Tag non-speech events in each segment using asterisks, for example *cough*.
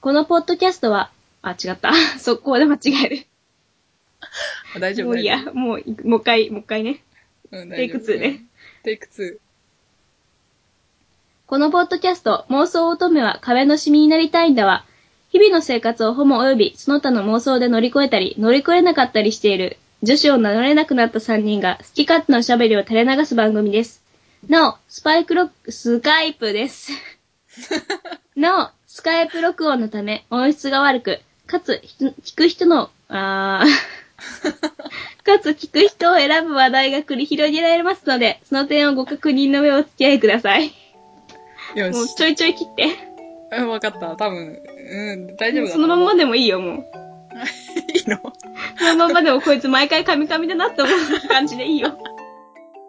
このポッドキャストは、あ、違った。 *laughs* 速攻で間違える。あ大丈夫。もういい大丈や、もうい、もう一回、もう一回ね。夫。うん、テイク大丈夫2ね。うんテイク2。このポッドキャスト、妄想乙女は壁のシミになりたいんだわ。日々の生活をホモ及びその他の妄想で乗り越えたり、乗り越えなかったりしている、女子を名乗れなくなった3人が好き勝手なおしゃべりを垂れ流す番組です。なお、スパイクロック、スカイプです。なお、スカイプ録音のため音質が悪く、かつ、ひ聞く人の、あーかつ聞く人を選ぶ話題が繰り広げられますので、その点をご確認の上お付き合いください。よもうし。ちょいちょい切って。うん、わかった。多分、うん、大丈夫だ。そのまんいまでもいいよ、もう。いの *laughs* そのまんまでもこいつ毎回カミカミだなって思う感じでいい *laughs* よ。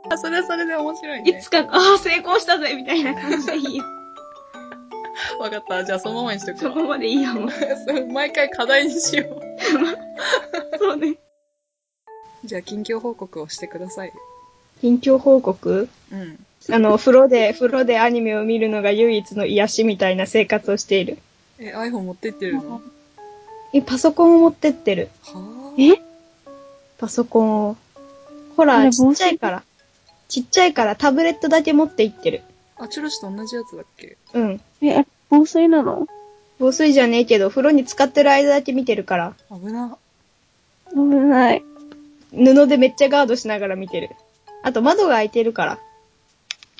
あ、それはそれで面白いいねつ。か、ああ、成功したぜみたいな感じでい *laughs* いよ。わかった。じゃあ、そのままにしとそのくわま。までいいよ、もう。そう *laughs* 毎回課題にしよそうね。う。じゃあ、近況報告をしてください。近況報告うん。あの、風呂で、風呂でアニメを見るのが唯一の癒しみたいな生活をしている。え、iPhone 持ってってるのはえ、パソコンを持ってってる。あ。えパソコンを。ほあら、れちっちゃいから。ちっちゃいからタブレットだけ持って行ってる。あ、チュロシと同じやつだっけうん。え、あれ、防水なの防水じゃねえけど、風呂に使ってる間だけ見てるから。危な。危ない。布でめっちゃガードしながら見てる。あと窓が開いてるから。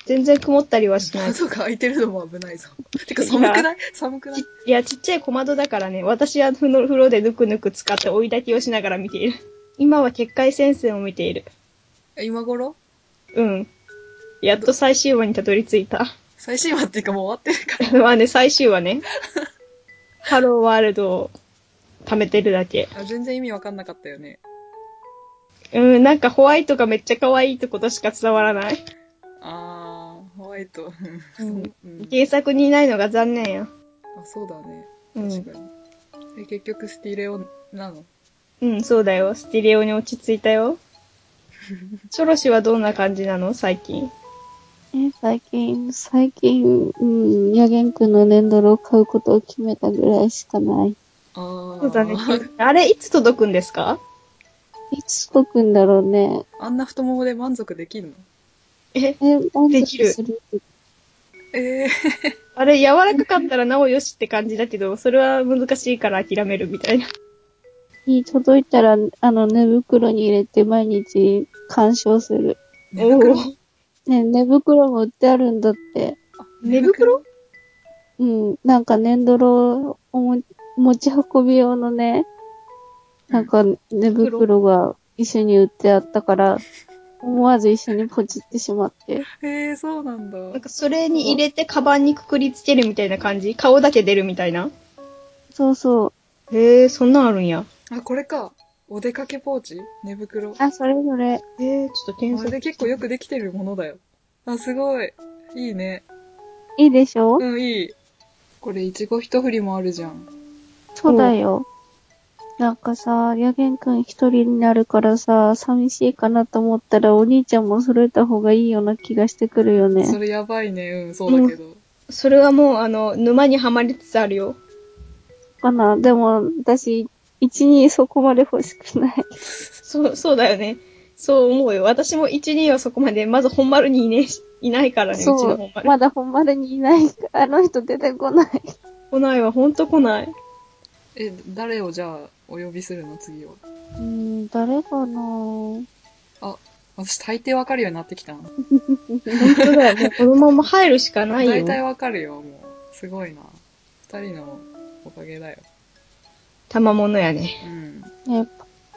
全然曇ったりはし *laughs* ない。窓が開いてるのも危ないぞ。てか、寒くない寒くないちいや、ちっちゃい小窓だからね、私は風呂風呂でぬくぬく使って追い焚きをしながら見ている。今は結界戦線を見ている。え今頃うん。やっと最終話にたどり着いた。 *laughs* 最新話っていうかもう終わってるかまあね、最終話 *laughs* ね。ハローワールドを貯めてるだけ。ら。あ全然意味わかんなかったよね。うん、なんかホワイトがめっちゃ可愛いってことしか伝わらない。あー、ホワイト。ううんん。うん原作にいないのが残念や。あ、そうだね。うん確かに。え、結局スティレオなのうん、そうだよ。スティレオに落ち着いた *laughs* よ。チョロシはどんな感じなの最近。え、最近、最近、うん、ヤゲンくんの粘土を買うことを決めたぐらいしかない。あー。そうだね。あれ、いつ届くんですかいつ届くんだろうね。あんな太ももで満足できんのえ、え、満できる足する。えー、あれ、柔らかかったらなおよしって感じだけど、それは難しいから諦めるみたいな。に届いたら、あの、寝袋に入れて毎日鑑賞する。寝袋おーね、寝袋も売ってあるんだって。寝袋うん、なんか粘土を持持ち運び用のね、なんか寝袋が一緒に売ってあったから、思わず一緒にポチってしまって。えー、そうなんだ。 *laughs* なんかそれに入れてカバンにくくりつけるみたいな感じ顔だけ出るみたいな。そうそう。へえ、そんなんあるんや。あ、これか。お出かけポーチ寝袋。ああ、それぞれ。へえ、ちょっと検れ索。で結構よくできてるものだよ。あ、すごい。いいね。いいでしょ、うん、いい。これ、いちご一振りもあるじゃん。そうだよ。なんかさ、やげんくん一人になるからさ、寂しいかなと思ったら、お兄ちゃんも揃えた方がいいような気がしてくるよそね。れやばいね。うん、そうだけど。それはもう、あの、沼にはまりつつあるよ。かな。でも、私、一にそこまで欲しくない。そう、そうだよね。そう思うよ。私も1、2はそこまで、まず本丸にいね、いないからね、うちそのう本。丸。まだ本丸にいない。あの人出てこない。来ないわ、ほんと来ない。え、誰をじゃあ、お呼びするの次は。うん、誰かな私、大抵わかるようになってきたな。ほんとだよ。 *laughs* もうこのまま入るしかない大よ。体わかるよ、もう。すごいな。二人のおかげだよ。たまものやね。うん。ね、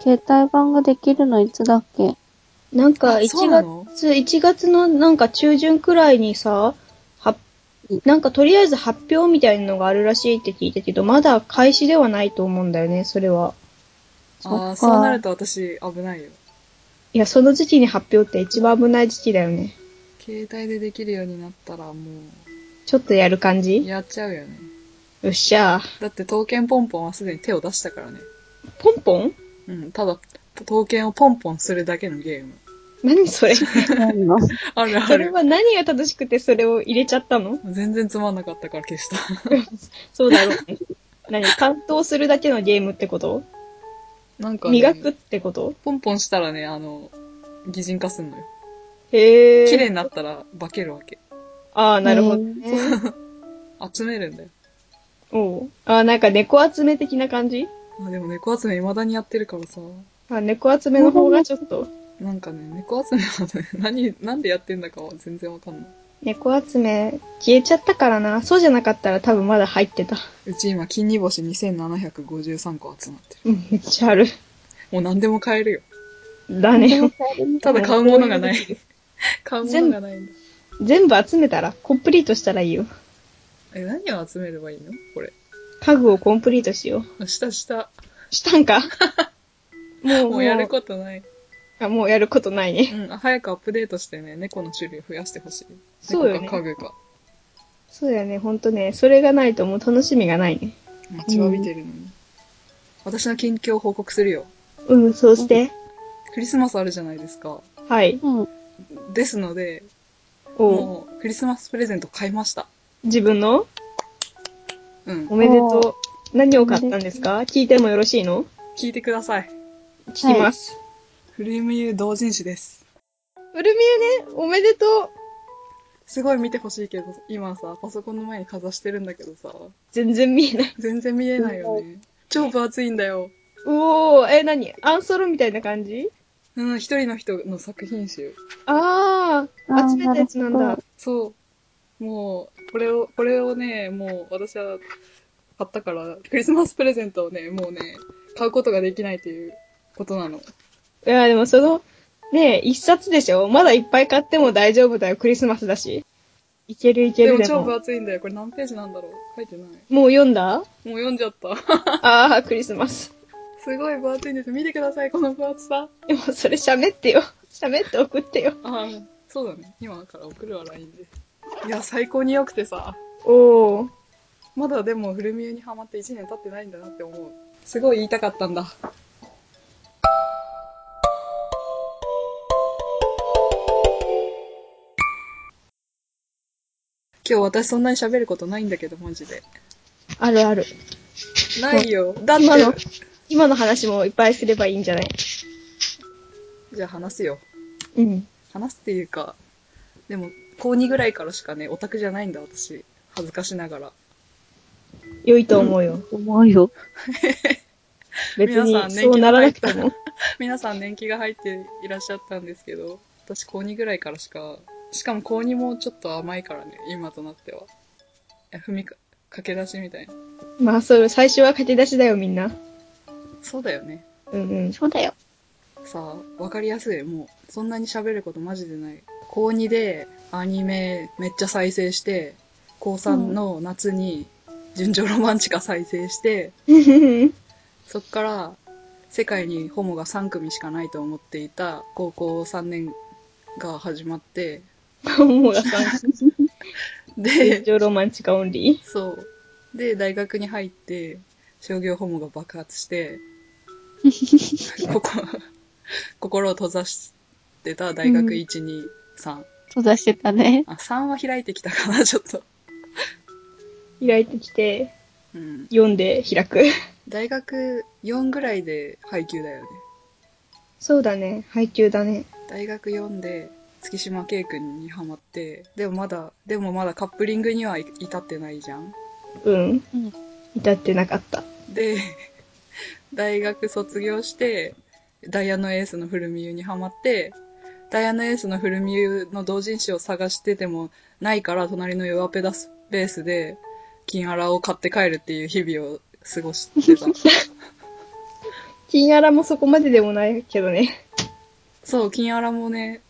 携帯版ができるのいつだっ *laughs* けなんか、あ1そうなの月、1月のなんか中旬くらいにさ、は、なんかとりあえず発表みたいなのがあるらしいって聞いたけど、まだ開始ではないと思うんだよね、それは。ああ、そっそかうなると私、危ないよ。いや、その時期に発表って一番危ない時期だよね。携帯でできるようになったら、もちょっとやる感う、じやっちゃうよね。よっしゃだって、刀剣ポンポンはすでに手を出したからね。ポンポンうん、ただ、刀剣をポンポンするだけのゲーム。何それ何のあるあそれる。は何が正し *laughs* くてそれを入れちゃったの全然つまんなかったから消した。そうだろうね。何完投するだけのゲームってことなんか、ね、磨くってことポンポンしたらね、あの、擬人化すんのよ。へえ。綺麗になったら化けるわけ。ああ、なるほどね。集めるんだよ。おうああ、なんか猫集め的な感じあ、でも猫集め未だにやってるからさ。あ猫集めの方がちょっと。なんかね、猫集めはね、何、なんでや *laughs* ってんだかは全然わかんない。猫集め消えちゃったからな。そうじゃなかったら多分まだ入ってた。うち今、金荷星2753個集まってうる。んめっちゃある。もう何でも買えるよ。だね。ただ買うものがない。 *laughs* 買うものがないんだ。全部集めたら、コンプリートしたらいいよ。え、何を集めればいいのこれ。家具をコンプリートしよあしたした。う。したんか *laughs* もう、もうやることない。あもうやることないうね。ん、早くアップデートしてね、猫の種類増やしてほしい。そうよね猫か家具か。そうだよね、ほんとね。それがないともう楽しみがないね。待ちわびてるのに。私の近況報告するよ。うん、そうして。クリスマスあるじゃないですか。はい。うん。ですので、おうもうクリスマスプレゼント買いました。自分のうん。おめでとう。何を買ったんですか聞いてもよろしいの聞いてください。聞きます。フレームユー同人誌です。ウルミユね、おめでとう。すごい見てほしいけど、今さ、パソコンの前にかざしてるんだけどさ、全然見えない。全然見えないよね。超分厚いんだよ。おー、え、何アンソロみたいな感じうん、一人の人の作品集。ああー、ー集めたやつなんなだる。そう。もう、これを、これをね、もう私は買ったから、クリスマスプレゼントをね、もうね、買うことができないということなの。いや、でもその、ねえ、一冊でしょまだいっぱい買っても大丈夫だよ。クリスマスだし。いけるいけでるもで超も。分厚いんだよ。これ何ページなんだろう書いてない。もう読んだもう読んじゃった。 *laughs* あー、クリスマス。すごい分厚いんです。見てください、この分厚さ。でもそれ喋ってよ。 *laughs* 喋って送ってよ。ああ、そうだね。今から送るわ、LINE で。いや、最高に良くてさ。おー。まだでも、フルミューにハマって1年経ってないんだなって思う。すごい言いたかったんだ。今日私そんなに喋ることないんだけど、マジで。あるある。ないよ。だって今の、今の話もいっぱいすればいいんじゃないじゃあ話すよ。うん。話すっていうか、でも、高2ぐらいからしかね、オタクじゃないんだ、私。恥ずかしながら。良いと思うよ。思うよ。別に皆さん、年そう季ながら入なっくてたも。皆さん年季が入っていらっしゃったんですけど、私高2ぐらいからしか、しかも高2もちょっと甘いからね、今となっては。いや踏みか、駆け出しみたいな。まあ、そう、最初は駆け出しだよ、みんな。そうだよね。うんうん。そ *laughs* うだよ。さあ、わかりやすい。もう、そんなに喋ることマジでない。高2でアニメめっちゃ再生して、高3の夏に純情ロマンチカ再生して、そっから世界にホモが3組しかないと思っていた高校3年が始まって、もうさん、で、ロマンチカオンリー。そう。で、大学に入って、商業ホモが爆発して、ここ、心を閉ざしてた大学1、2、3。閉ざしてたね。あ、3は開いてきたかな、ちょっと。開いてきて、うん。読んで開く。大学4ぐらいで配給だよね。そうだね。配給だね。大学4で月島圭君にハマって、でもまだ、でもまだカップリングには至ってないじゃん。うん。うん至ってなかった。で、大学卒業して、ダイヤのエースの古見湯にハマって、ダイヤのエースの古見湯の同人誌を探しててもないから、隣の弱ペダスペースで、金アラを買って帰るっていう日々を過ごして *laughs* た。金アラもそこまででもないけどね。そう、金アラもね、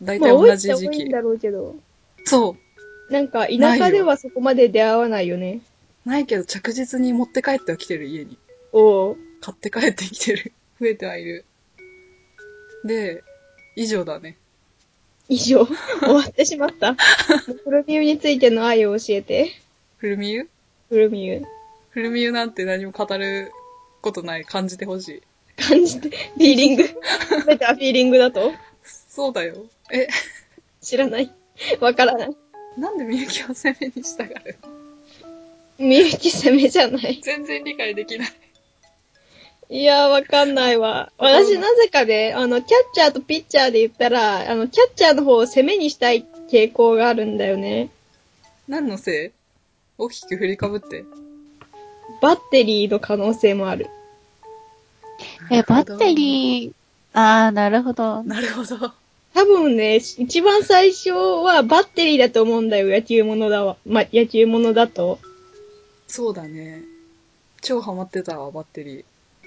大ま体あ、多い同っちじゃ時多いん期。だろうけど。そなんか、田舎ではそこまで出会わないよね。う。ないけど着実に持って帰っては来てる、家に。おう。買って帰ってきてる。増えてはいる。で、以上だね。以上。終わってしまった。フルミユについての愛を教えて。古見湯フルミユ。 *laughs* フルミユなんて何も語ることない感じてほしい。感じて、フィーリング。全てはフィーリングだとそうだよ。え、知らない。わからない。 *laughs* なんでみゆきを攻めにしたがるのみゆき攻めじゃない。全然理解できない。いやー、わかんないわ。私、なぜかね、あの、キャッチャーとピッチャーで言ったら、あの、キャッチャーの方を攻めにしたい傾向があるんだよね。何のせい大きく振りかぶって。バッテリーの可能性もある。え、バッテリー、あー、なるほど。なるほど。多分ね、し一番最初はバッテリーだと思うんだよ、野球ものだわ。ま、野球ものだと。そうだね。超ハマってたわ、バッテリ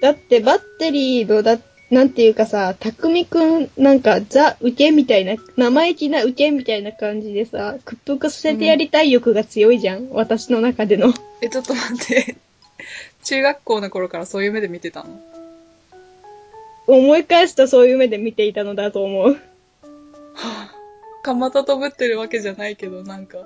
ー。だってバッテリーのだ、なんていうかさ、たくみくん、なんかザ・受けみたいな、生意気な受けみたいな感じでさ、屈服させてやりたい欲が強いじゃん、私の中での。え、ちょっと待って。中学校の頃からそういう目で見てたの思い返すとそういう目で見ていたのだと思う。かまたとぶってるわけじゃないけど、なんか、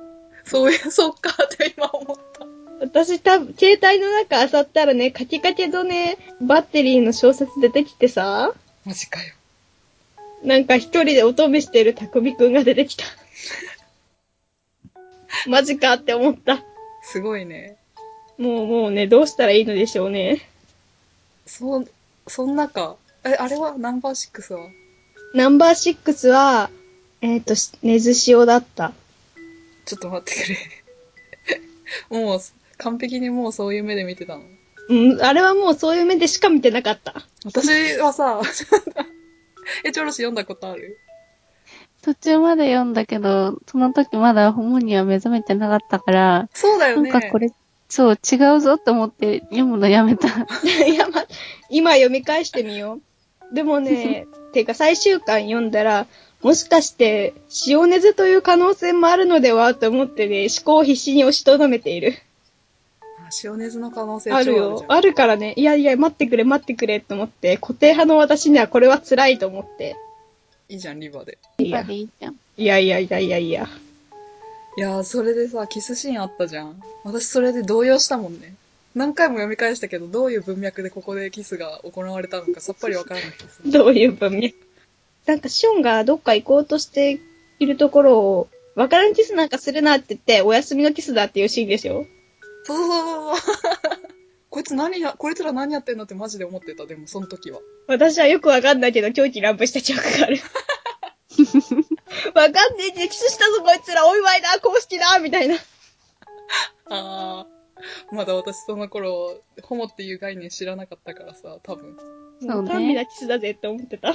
そういう、そっかって今思った。私多分、携帯の中漁ったらね、カキカキとね、バッテリーの小説出てきてさ、マジかよ。なんか一人でおとめしてるたくみくんが出てきた。マジかって思った。すごいね。もうもうね、どうしたらいいのでしょうね。そ、そんなか。え、あれはナンバーシックスはナンバー6は、えっ、と、し根津塩だった。ちょっと待ってくれ。 *laughs* もう、完璧にもうそういう目で見てたの。うん、あれはもうそういう目でしか見てなかった。 *laughs* 私はさ、 *laughs* え、ちょろし読んだことある途中まで読んだけど、その時まだホモには目覚めてなかったから、そうだなよんね。かこれ、そう、違うぞって思って読むのやめた。いや、ま、今読み返してみよう。でも *laughs* ね、てか最終巻読んだら、もしかして、塩根津という可能性もあるのではと思ってね、思考を必死に押しとどめている。あ塩根津の可能性超ああるるじゃんよ。あるからね、いやいや、待ってくれ、待ってくれ、と思って、固定派の私にはこれは辛いと思って。いいじゃん、リバで。い今や、でいいじゃん。いやいやいやいやいや。いやー、それでさ、キスシーンあったじゃん。私それで動揺したもんね。何回も読み返したけど、どういう文脈でここでキスが行われたのかさっぱりわからなくてさ。 *laughs* どういう文脈なんか、シオンがどっか行こうとしているところを、わからんキスなんかするなって言って、お休みのキスだっていうシーンでしょそうそうそうそう。 *laughs* こいつ何や、こいつら何やってんだってマジで思ってた、でもその時は。私はよくわかんないけど、狂気乱舞した記憶があ *laughs* る。わかんねえって、キスしたぞこいつら、お祝いだ、公式だ、みたいな。あー、まだ私その頃、ホモっていう概念知らなかったからさ、多分。そうね単美なキスだぜって思ってた。ダ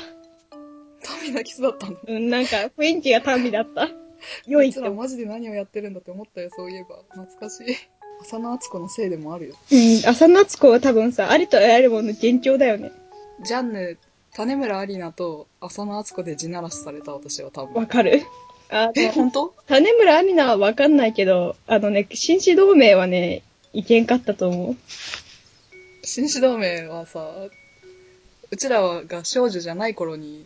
メなキスだったんだ。うん、なんか、雰囲気が単美だった。良こいいってつら思う。マジで何をやってるんだって思ったよ、そういえば。懐かしい。浅野敦子のせいでもあるよ。うん、浅野敦子は多分さ、ありとあらゆるものの元凶だよね。ジャンヌ、種村アリナと浅野敦子で地ならしされた私は多分わ。かるあえ、の、本当種村アリナはわかんないけど、あのね、紳士同盟はね、いけんかったと思う。紳士同盟はさ、うちらが少女じゃない頃に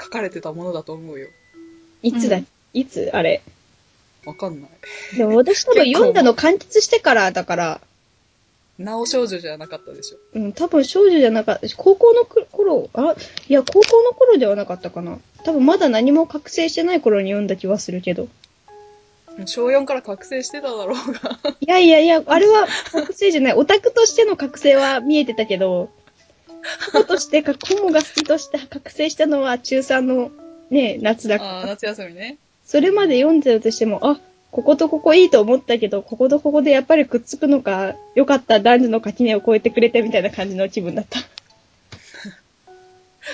書かれてたものだと思うよ。いつだ、うんいつあれ。わかんない。でも私多分結構読んだの完結してからだから、なお少女じゃなかったでしょ。うん、多分少女じゃなかった。高校のく頃、あ、いや、高校の頃ではなかったかな。多分まだ何も覚醒してない頃に読んだ気はするけ *laughs* ど。もう小4から覚醒してただろうが。いやいやいや、あれは覚醒じゃない。オタクとしての覚醒は見えてたけ *laughs* ど、ホモとしてか、ホモが好きとして覚醒したのは中3のね、夏だからああ、。夏休みね。それまで読んでたとしても、あ、こことここいいと思ったけど、こことここでやっぱりくっつくのか、よかった、男女の垣根を越えてくれてみたいな感じの気分だった。 *laughs*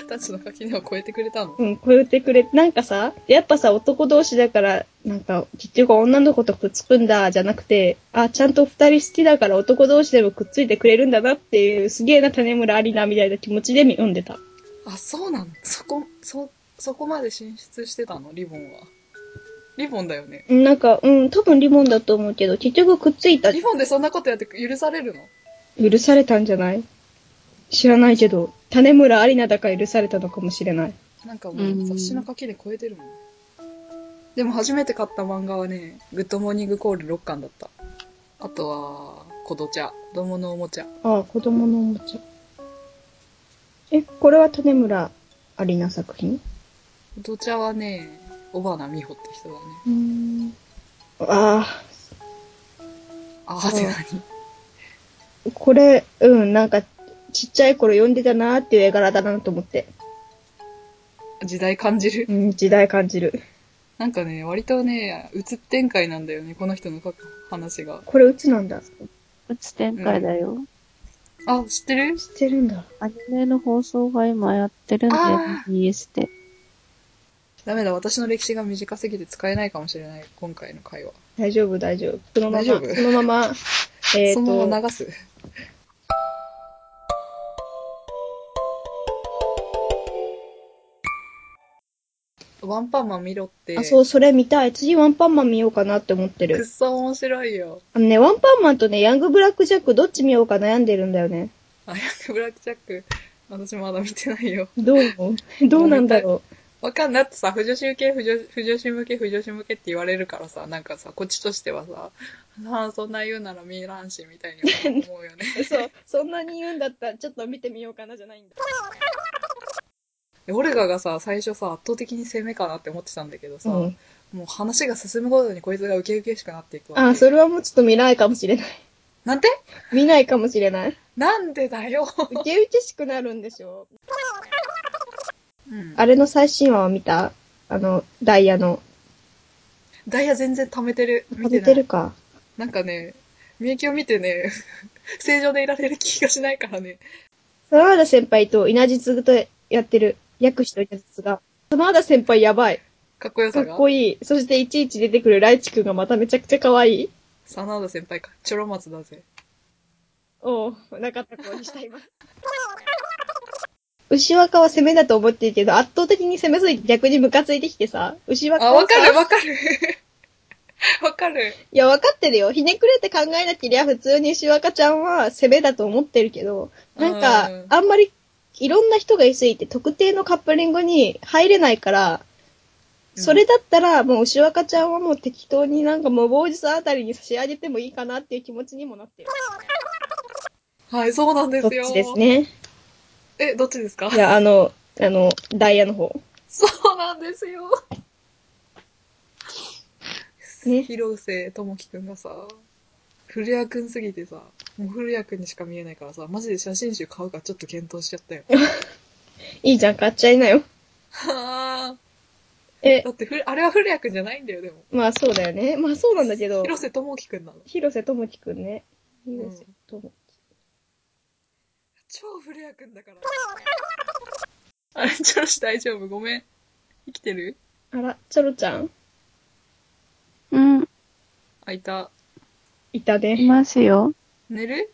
たちの垣根を越えてくれたの。うん、超えてくれて、なんかさ、やっぱさ、男同士だから、なんか、結局女の子とくっつくんだ、じゃなくて、あ、ちゃんと二人好きだから男同士でもくっついてくれるんだなっていう、すげえな、種村ありな、みたいな気持ちで読んでた。あ、そうなのそこ、そ、そこまで進出してたのリボンは。リボンだよね。うんなんか、うん、多分リボンだと思うけど、結局くっついたリ。ボンでそんなことやって許されるの許されたんじゃない知らないけど、種村ありなだから許されたのかもしれない。なんかもう雑誌の垣根超えてるもん。でも初めて買った漫画はね、グッドモーニングコール6巻だった。あとは、子どちゃ、子供のおもちゃ。ああ、子供のおもちゃ。え、これは種村ありな作品子どちゃはね、小花美穂って人だね。うーん。ああ。あはてなに。これ、うん、なんか、ちっちゃい頃読んでたなーっていう絵柄だなと思って。時代感じる。 *laughs* うん、時代感じる。なんかね、割とね、うつ展開なんだよね、この人の書く話が。これ、うつなんだ。うつ展開だよ。あ、知ってる知ってるんだ。アニメの放送が今やってるんであ、 BS で。ダメだ、私の歴史が短すぎて使えないかもしれない、今回の会話。大丈夫、大丈夫。そのまま、大丈夫そのま *laughs* ま、えっ、そのまと、ま流す。 *laughs* ワンパンマン見ろって。あ、そう、それ見たい。次、ワンパンマン見ようかなって思ってくっる。そ面白いよ。あのね、ワンパンマンとね、ヤングブラックジャック、どっち見ようか悩んでるんだよね。あ、ヤングブラックジャック。私まだ見てないよ。どう思う *laughs* どうなんだろわかんない。だってさ、不女子向け、不女不女子向け、不女子向けって言われるからさ、なんかさ、こっちとしてはさ、ああ、そんな言うなら見らんし、みたいに思うよね。 *laughs* う。そう、そんなに言うんだったら、ちょっと見てみようかなじゃないんだ。オルガがさ、最初さ、圧倒的に攻めかなって思ってたんだけどさ、うん。もう話が進むごとにこいつがウケウケしくなっていくわけ。あ、それはもうちょっと見ないかもしれない。 *laughs* なんて見ないかもしれない。なんでだよ。ウケウケしくなるんでしょ。うんあれの最新話を見たあの、ダイヤの。ダイヤ全然貯めてる。食見てべなてい。るか。なんかね、みゆきを見てね、 *laughs* 正常でいられる気がしないからね。真田先輩と稲地継とやってる、薬師と稲地継が。真田先輩やばい。かっこよかさっが。こいい。そしていちいち出てくるライチくんがまためちゃくちゃ可愛い。サナード先輩か。チョロ松だぜ。おう、なかった子にした今。牛若は攻めだと思ってるけど、圧倒的に攻めすぎて逆にムカついてきてさ、牛若あ、はわさかるわかる。 *laughs* わかる。いや、わかってるよ。ひねくれて考えなけりゃ普通に牛若ちゃんは攻めだと思ってるけど、なんかうん、あんまりいろんな人がいすぎて特定のカップリングに入れないから、うんそれだったらもう牛若ちゃんはもう適当になんか無謀さんあたりに差し上げてもいいかなっていう気持ちにもなってる。はい、そうなんでどっすよ。ちですね。え、どっちですかいや、あの、あの、ダイヤの方。そうなんですよ。ね。広瀬智樹くんがさ、古谷くんすぎてさ、もう古谷くんにしか見えないからさ、マジで写真集買うかちょっと検討しちゃったよ。いいじゃん、買っちゃいなよ。はあ。 *laughs* えだ、ってふ、あれは古谷くんじゃないんだよ、でも。まあそうだよね。まあそうなんだけど、広瀬智樹くんなの。広瀬智樹くんね。広瀬智樹。超古谷くんだから。 *laughs* あれ、チョロシ大丈夫ごめん。生きてるあら、チョロちゃんうん、あ、いた。いたいね。ますよ。寝る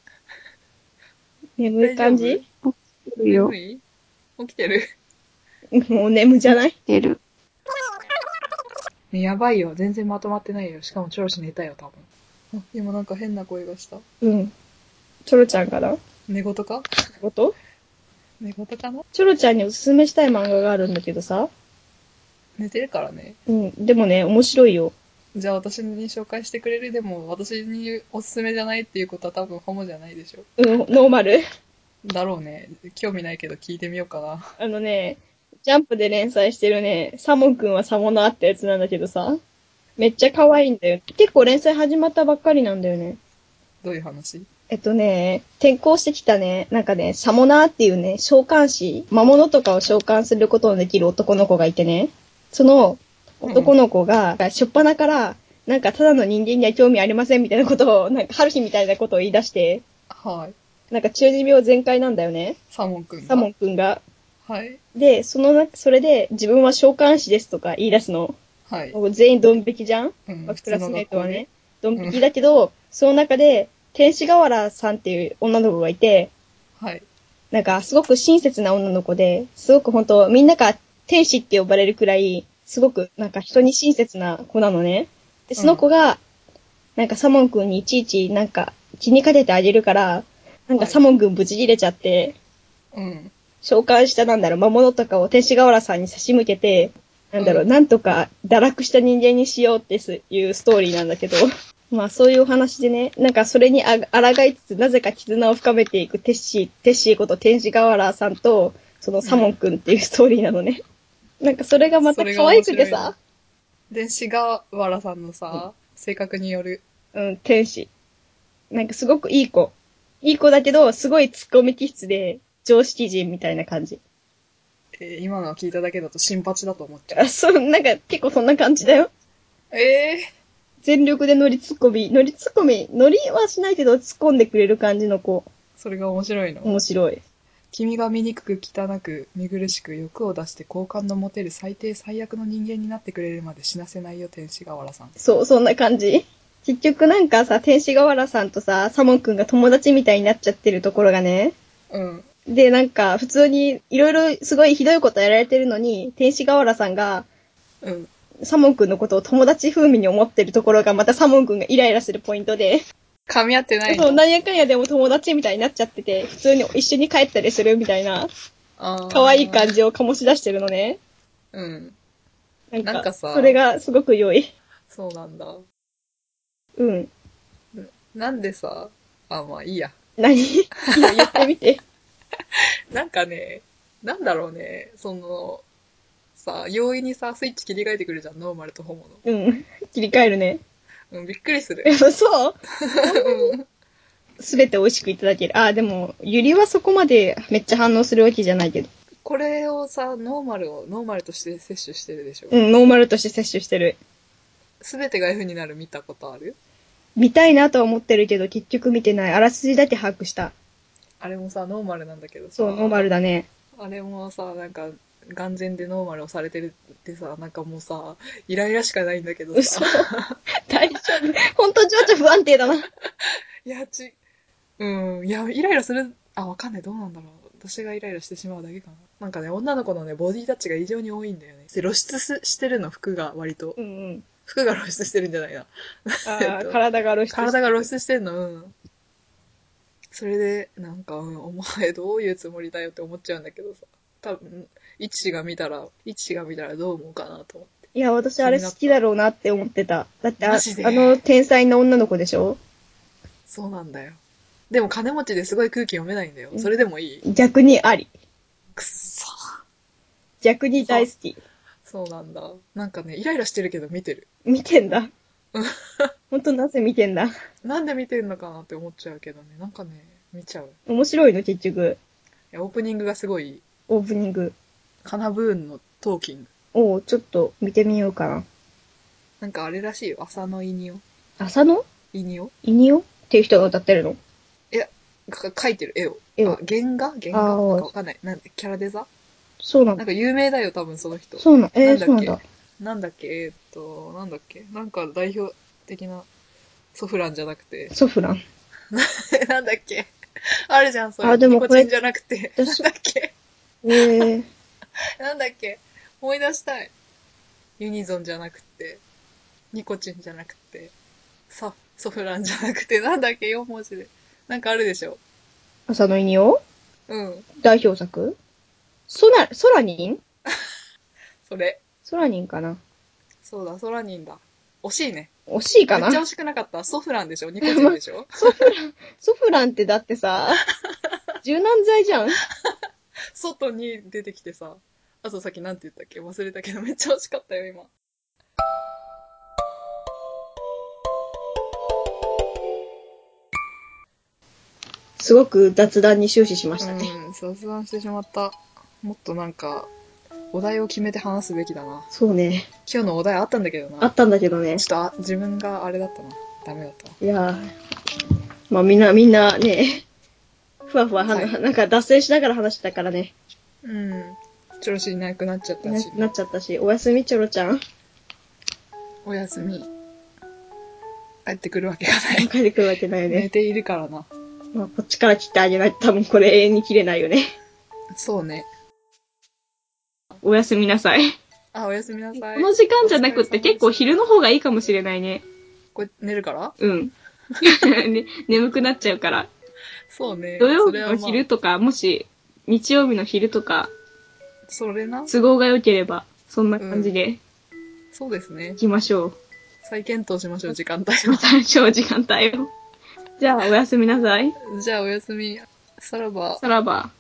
眠い感大じいるよ。眠い起きてるもう眠じゃないいる。ね、やばいよ。全然まとまってないよ。しかもチョロシ寝たよ、多分。あ、今なんか変な声がした。うん。チョロちゃんかな寝言かこと寝言かなチョロちゃんにおすすめしたい漫画があるんだけどさ。寝てるからね。うん。でもね、面白いよ。じゃあ私に紹介してくれるでも、私におすすめじゃないっていうことは多分ホモじゃないでしょ。うん、ノーマル。だろうね。興味ないけど聞いてみようかな。あのね、ジャンプで連載してるね、サモンくんはサモナーってやつなんだけどさ。めっちゃ可愛いんだよ。結構連載始まったばっかりなんだよね。どういう話えっとね、転校してきたね、なんかね、サモナーっていうね、召喚師、魔物とかを召喚することのできる男の子がいてね、その男の子が、しょっぱなから、なんかただの人間には興味ありませんみたいなことを、なんか春日みたいなことを言い出して、はい。なんか中二病全開なんだよね、サモンくんが。サモンくんが。はい。で、そのな、それで自分は召喚師ですとか言い出すの。はい。もう全員ドン引きじゃんうんまあクラスメイトはね。、ドの学校ねン引きだけど、その中で、天使河原さんっていう女の子がいて、はい。なんか、すごく親切な女の子で、すごく本当みんなが天使って呼ばれるくらい、すごく、なんか人に親切な子なのね。で、その子が、なんかサモン君にいちいち、なんか、気にかけてあげるから、なんはかいサモン君ぶち切れちゃって、うん。召喚したなんだろう、魔物とかを天使河原さんに差し向けて、なんだろう、うんなんとか堕落した人間にしようっていうストーリーなんだけど、 *laughs* まあそういうお話でね、なんかそれにあ抗いつつ、なぜか絆を深めていくテッシー、テッシーこと天使河原さんと、そのサモンくんっていうストーリーなのね。なんかそれがまたそれが可面愛白くいてさ、電子がわらさんのさ、性格による。うん、天使。なんかすごくいい子。いい子だけど、すごいツッコミ気質で、常識人みたいな感じ。 *laughs* えー今のは聞いただけだと新八だと思っちゃあ、そう、なんか結構そんな感じだよ。う。え全力で乗りツッコミ、乗りツッコミ、乗りはしないけど突っ込んでくれる感じの子。ー、それが面白いの。面白い。君が醜く汚く見苦しく欲を出して好感の持てる最低最悪の人間になってくれるまで死なせないよ天使河原さんそう、そんな感じ。結局なんかさ、天使河原さんとさ、サモンくんが友達みたいになっちゃってるところがね。うんで、なんか、普通に、いろいろすごいひどいことやられてるのに、天使河原さんが、うんサモンくんのことを友達風味に思ってるところが、またサモンくんがイライラするポイントで、噛み合ってないそう、のなんやかんやでも友達みたいになっちゃってて、普通に一緒に帰ったりするみたいな、あー可愛い感じを醸し出してるのね。うんなんか、なんかさそれがすごく良い。そうなんだうん。なんでさあまあいいや何 *laughs* 今言ってみて。なんかねなんだろうねそのさ容易にさスイッチ切り替えてくるじゃんノーマルとホモうん。切り替えるね。の、うん、びっくりするえそううんすべて美味しくいただける。あ、でも、ゆりはそこまでめっちゃ反応するわけじゃないけど。これをさノーマルをノーマルとして摂取してるでしょうん、ノーマルとして摂取してる。全てが F になる見たことある見たいなとは思ってるけど、結局見てない。あらすじだけ把握した。あれもさノーマルなんだけどさそう、ノーマルだね。あれもさ、なんか、眼前でノーマルをされてるってさ、なんかもうさ、イライラしかないんだけど嘘さ。。大丈夫。ほんと情緒不安定だな。いや、ち、うん、いや、イライラする、あ、わかんない、どうなんだろう。私がイライラしてしまうだけかな。なんかね、女の子のね、ボディタッチが異常に多いんだよね。で露出すしてるの、服が割とう。んうん。服が露出してるんじゃないな。あえっあ、と体が露出してる *laughs* 体が露出してるの、うん。それで、なんか、うん、お前どういうつもりだよって思っちゃうんだけどさ。多分、一が見たら、一が見たらどう思うかなと思って。いや、私あれ好きだろうなって思ってた。だってあ、あマジでの天才の女の子でしょそうなんだよ。でも金持ちですごい空気読めないんだよう。んそれでもいい。逆にあり。くっそ。逆に大好き。そうなんだ。なんかね、イライラしてるけど見てる。見てんだ。ほんとなぜ見てんだ。なんで見てんのかなって思っちゃうけどね。なんかね、見ちゃう。い面白いの、結局。やオープニングがすごいいい、オープニング。カナブーンのトーキング。おうちょっと見てみようかな。なんかあれらしいよ。浅野いにお。浅野いにおイニオっていう人が歌ってるの。か描いてる絵を。絵をあ原画原あ画ーなんかわかんない。なんでキャラデザそうななんの。か有名だよ、多分その人。そうなの。えー、なんだっけそうなんだ。なんだっけえーっと、なんだっけなんか代表的なソフランじゃなくて。ソフラン。 *laughs* なんだっけあるじゃん、それ。あでもニコこれチンじゃなくて。なん私だっけえー、なんだっけ思い出したい。ユニゾンじゃなくて、ニコチンじゃなくて、サ、ソフランじゃなくて、なんだっけ ?4 文字で。なんかあるでしょ *laughs* 浅野イニオうん。代表作ソナ、ソラニンそれ。ソラニンかなそうだ、ソラニンだ。惜しいね。惜しいめかっちなゃ惜しくなかった。ソフランでしょニコチンでしょソフランってだってさ、柔軟剤じゃん。外に出てきてさ、あとさっきなんて言ったっけ忘れたけど、めっちゃ惜しかったよ、今。 *laughs* すごく雑談に終始しましたね。うん、雑談してしまった。もっとなんか、お題を決めて話すべきだな。そうね。今日のお題あったんだけどあな。ったんだけどねちょ。っとあ自分があれだったな。ダメだったわ。いやーまあみんな、みんなね、ふわふわはな、はいなんか脱線しながら話してたからね、うん。チョロシいなくなっちゃっなたし。なっちゃったし、おやすみちょろちゃん。おやすみ。帰ってくるわけ *laughs* がない。帰ってくるわけないよ寝ね。ているからな。まあこっちから切ってあげないと多分これ永遠に切れないよね。そうね。おやすみなさい。あ、おやすみなさい。この時間じゃなくって結構昼の方がいいかもしれないね。これ寝るから *laughs* うん。ね眠くなっちゃうから。そうね。土曜そ日れのはまあ昼とか、もし日曜日の昼とか、それな。都合が良ければ、そんな感じでそうですね行。きましょう。再検討しましょう、時間帯 *laughs* また最小時間帯を。じゃあ、おやすみなさい。 *laughs* を。じゃあおやすみ。さらば。さらば。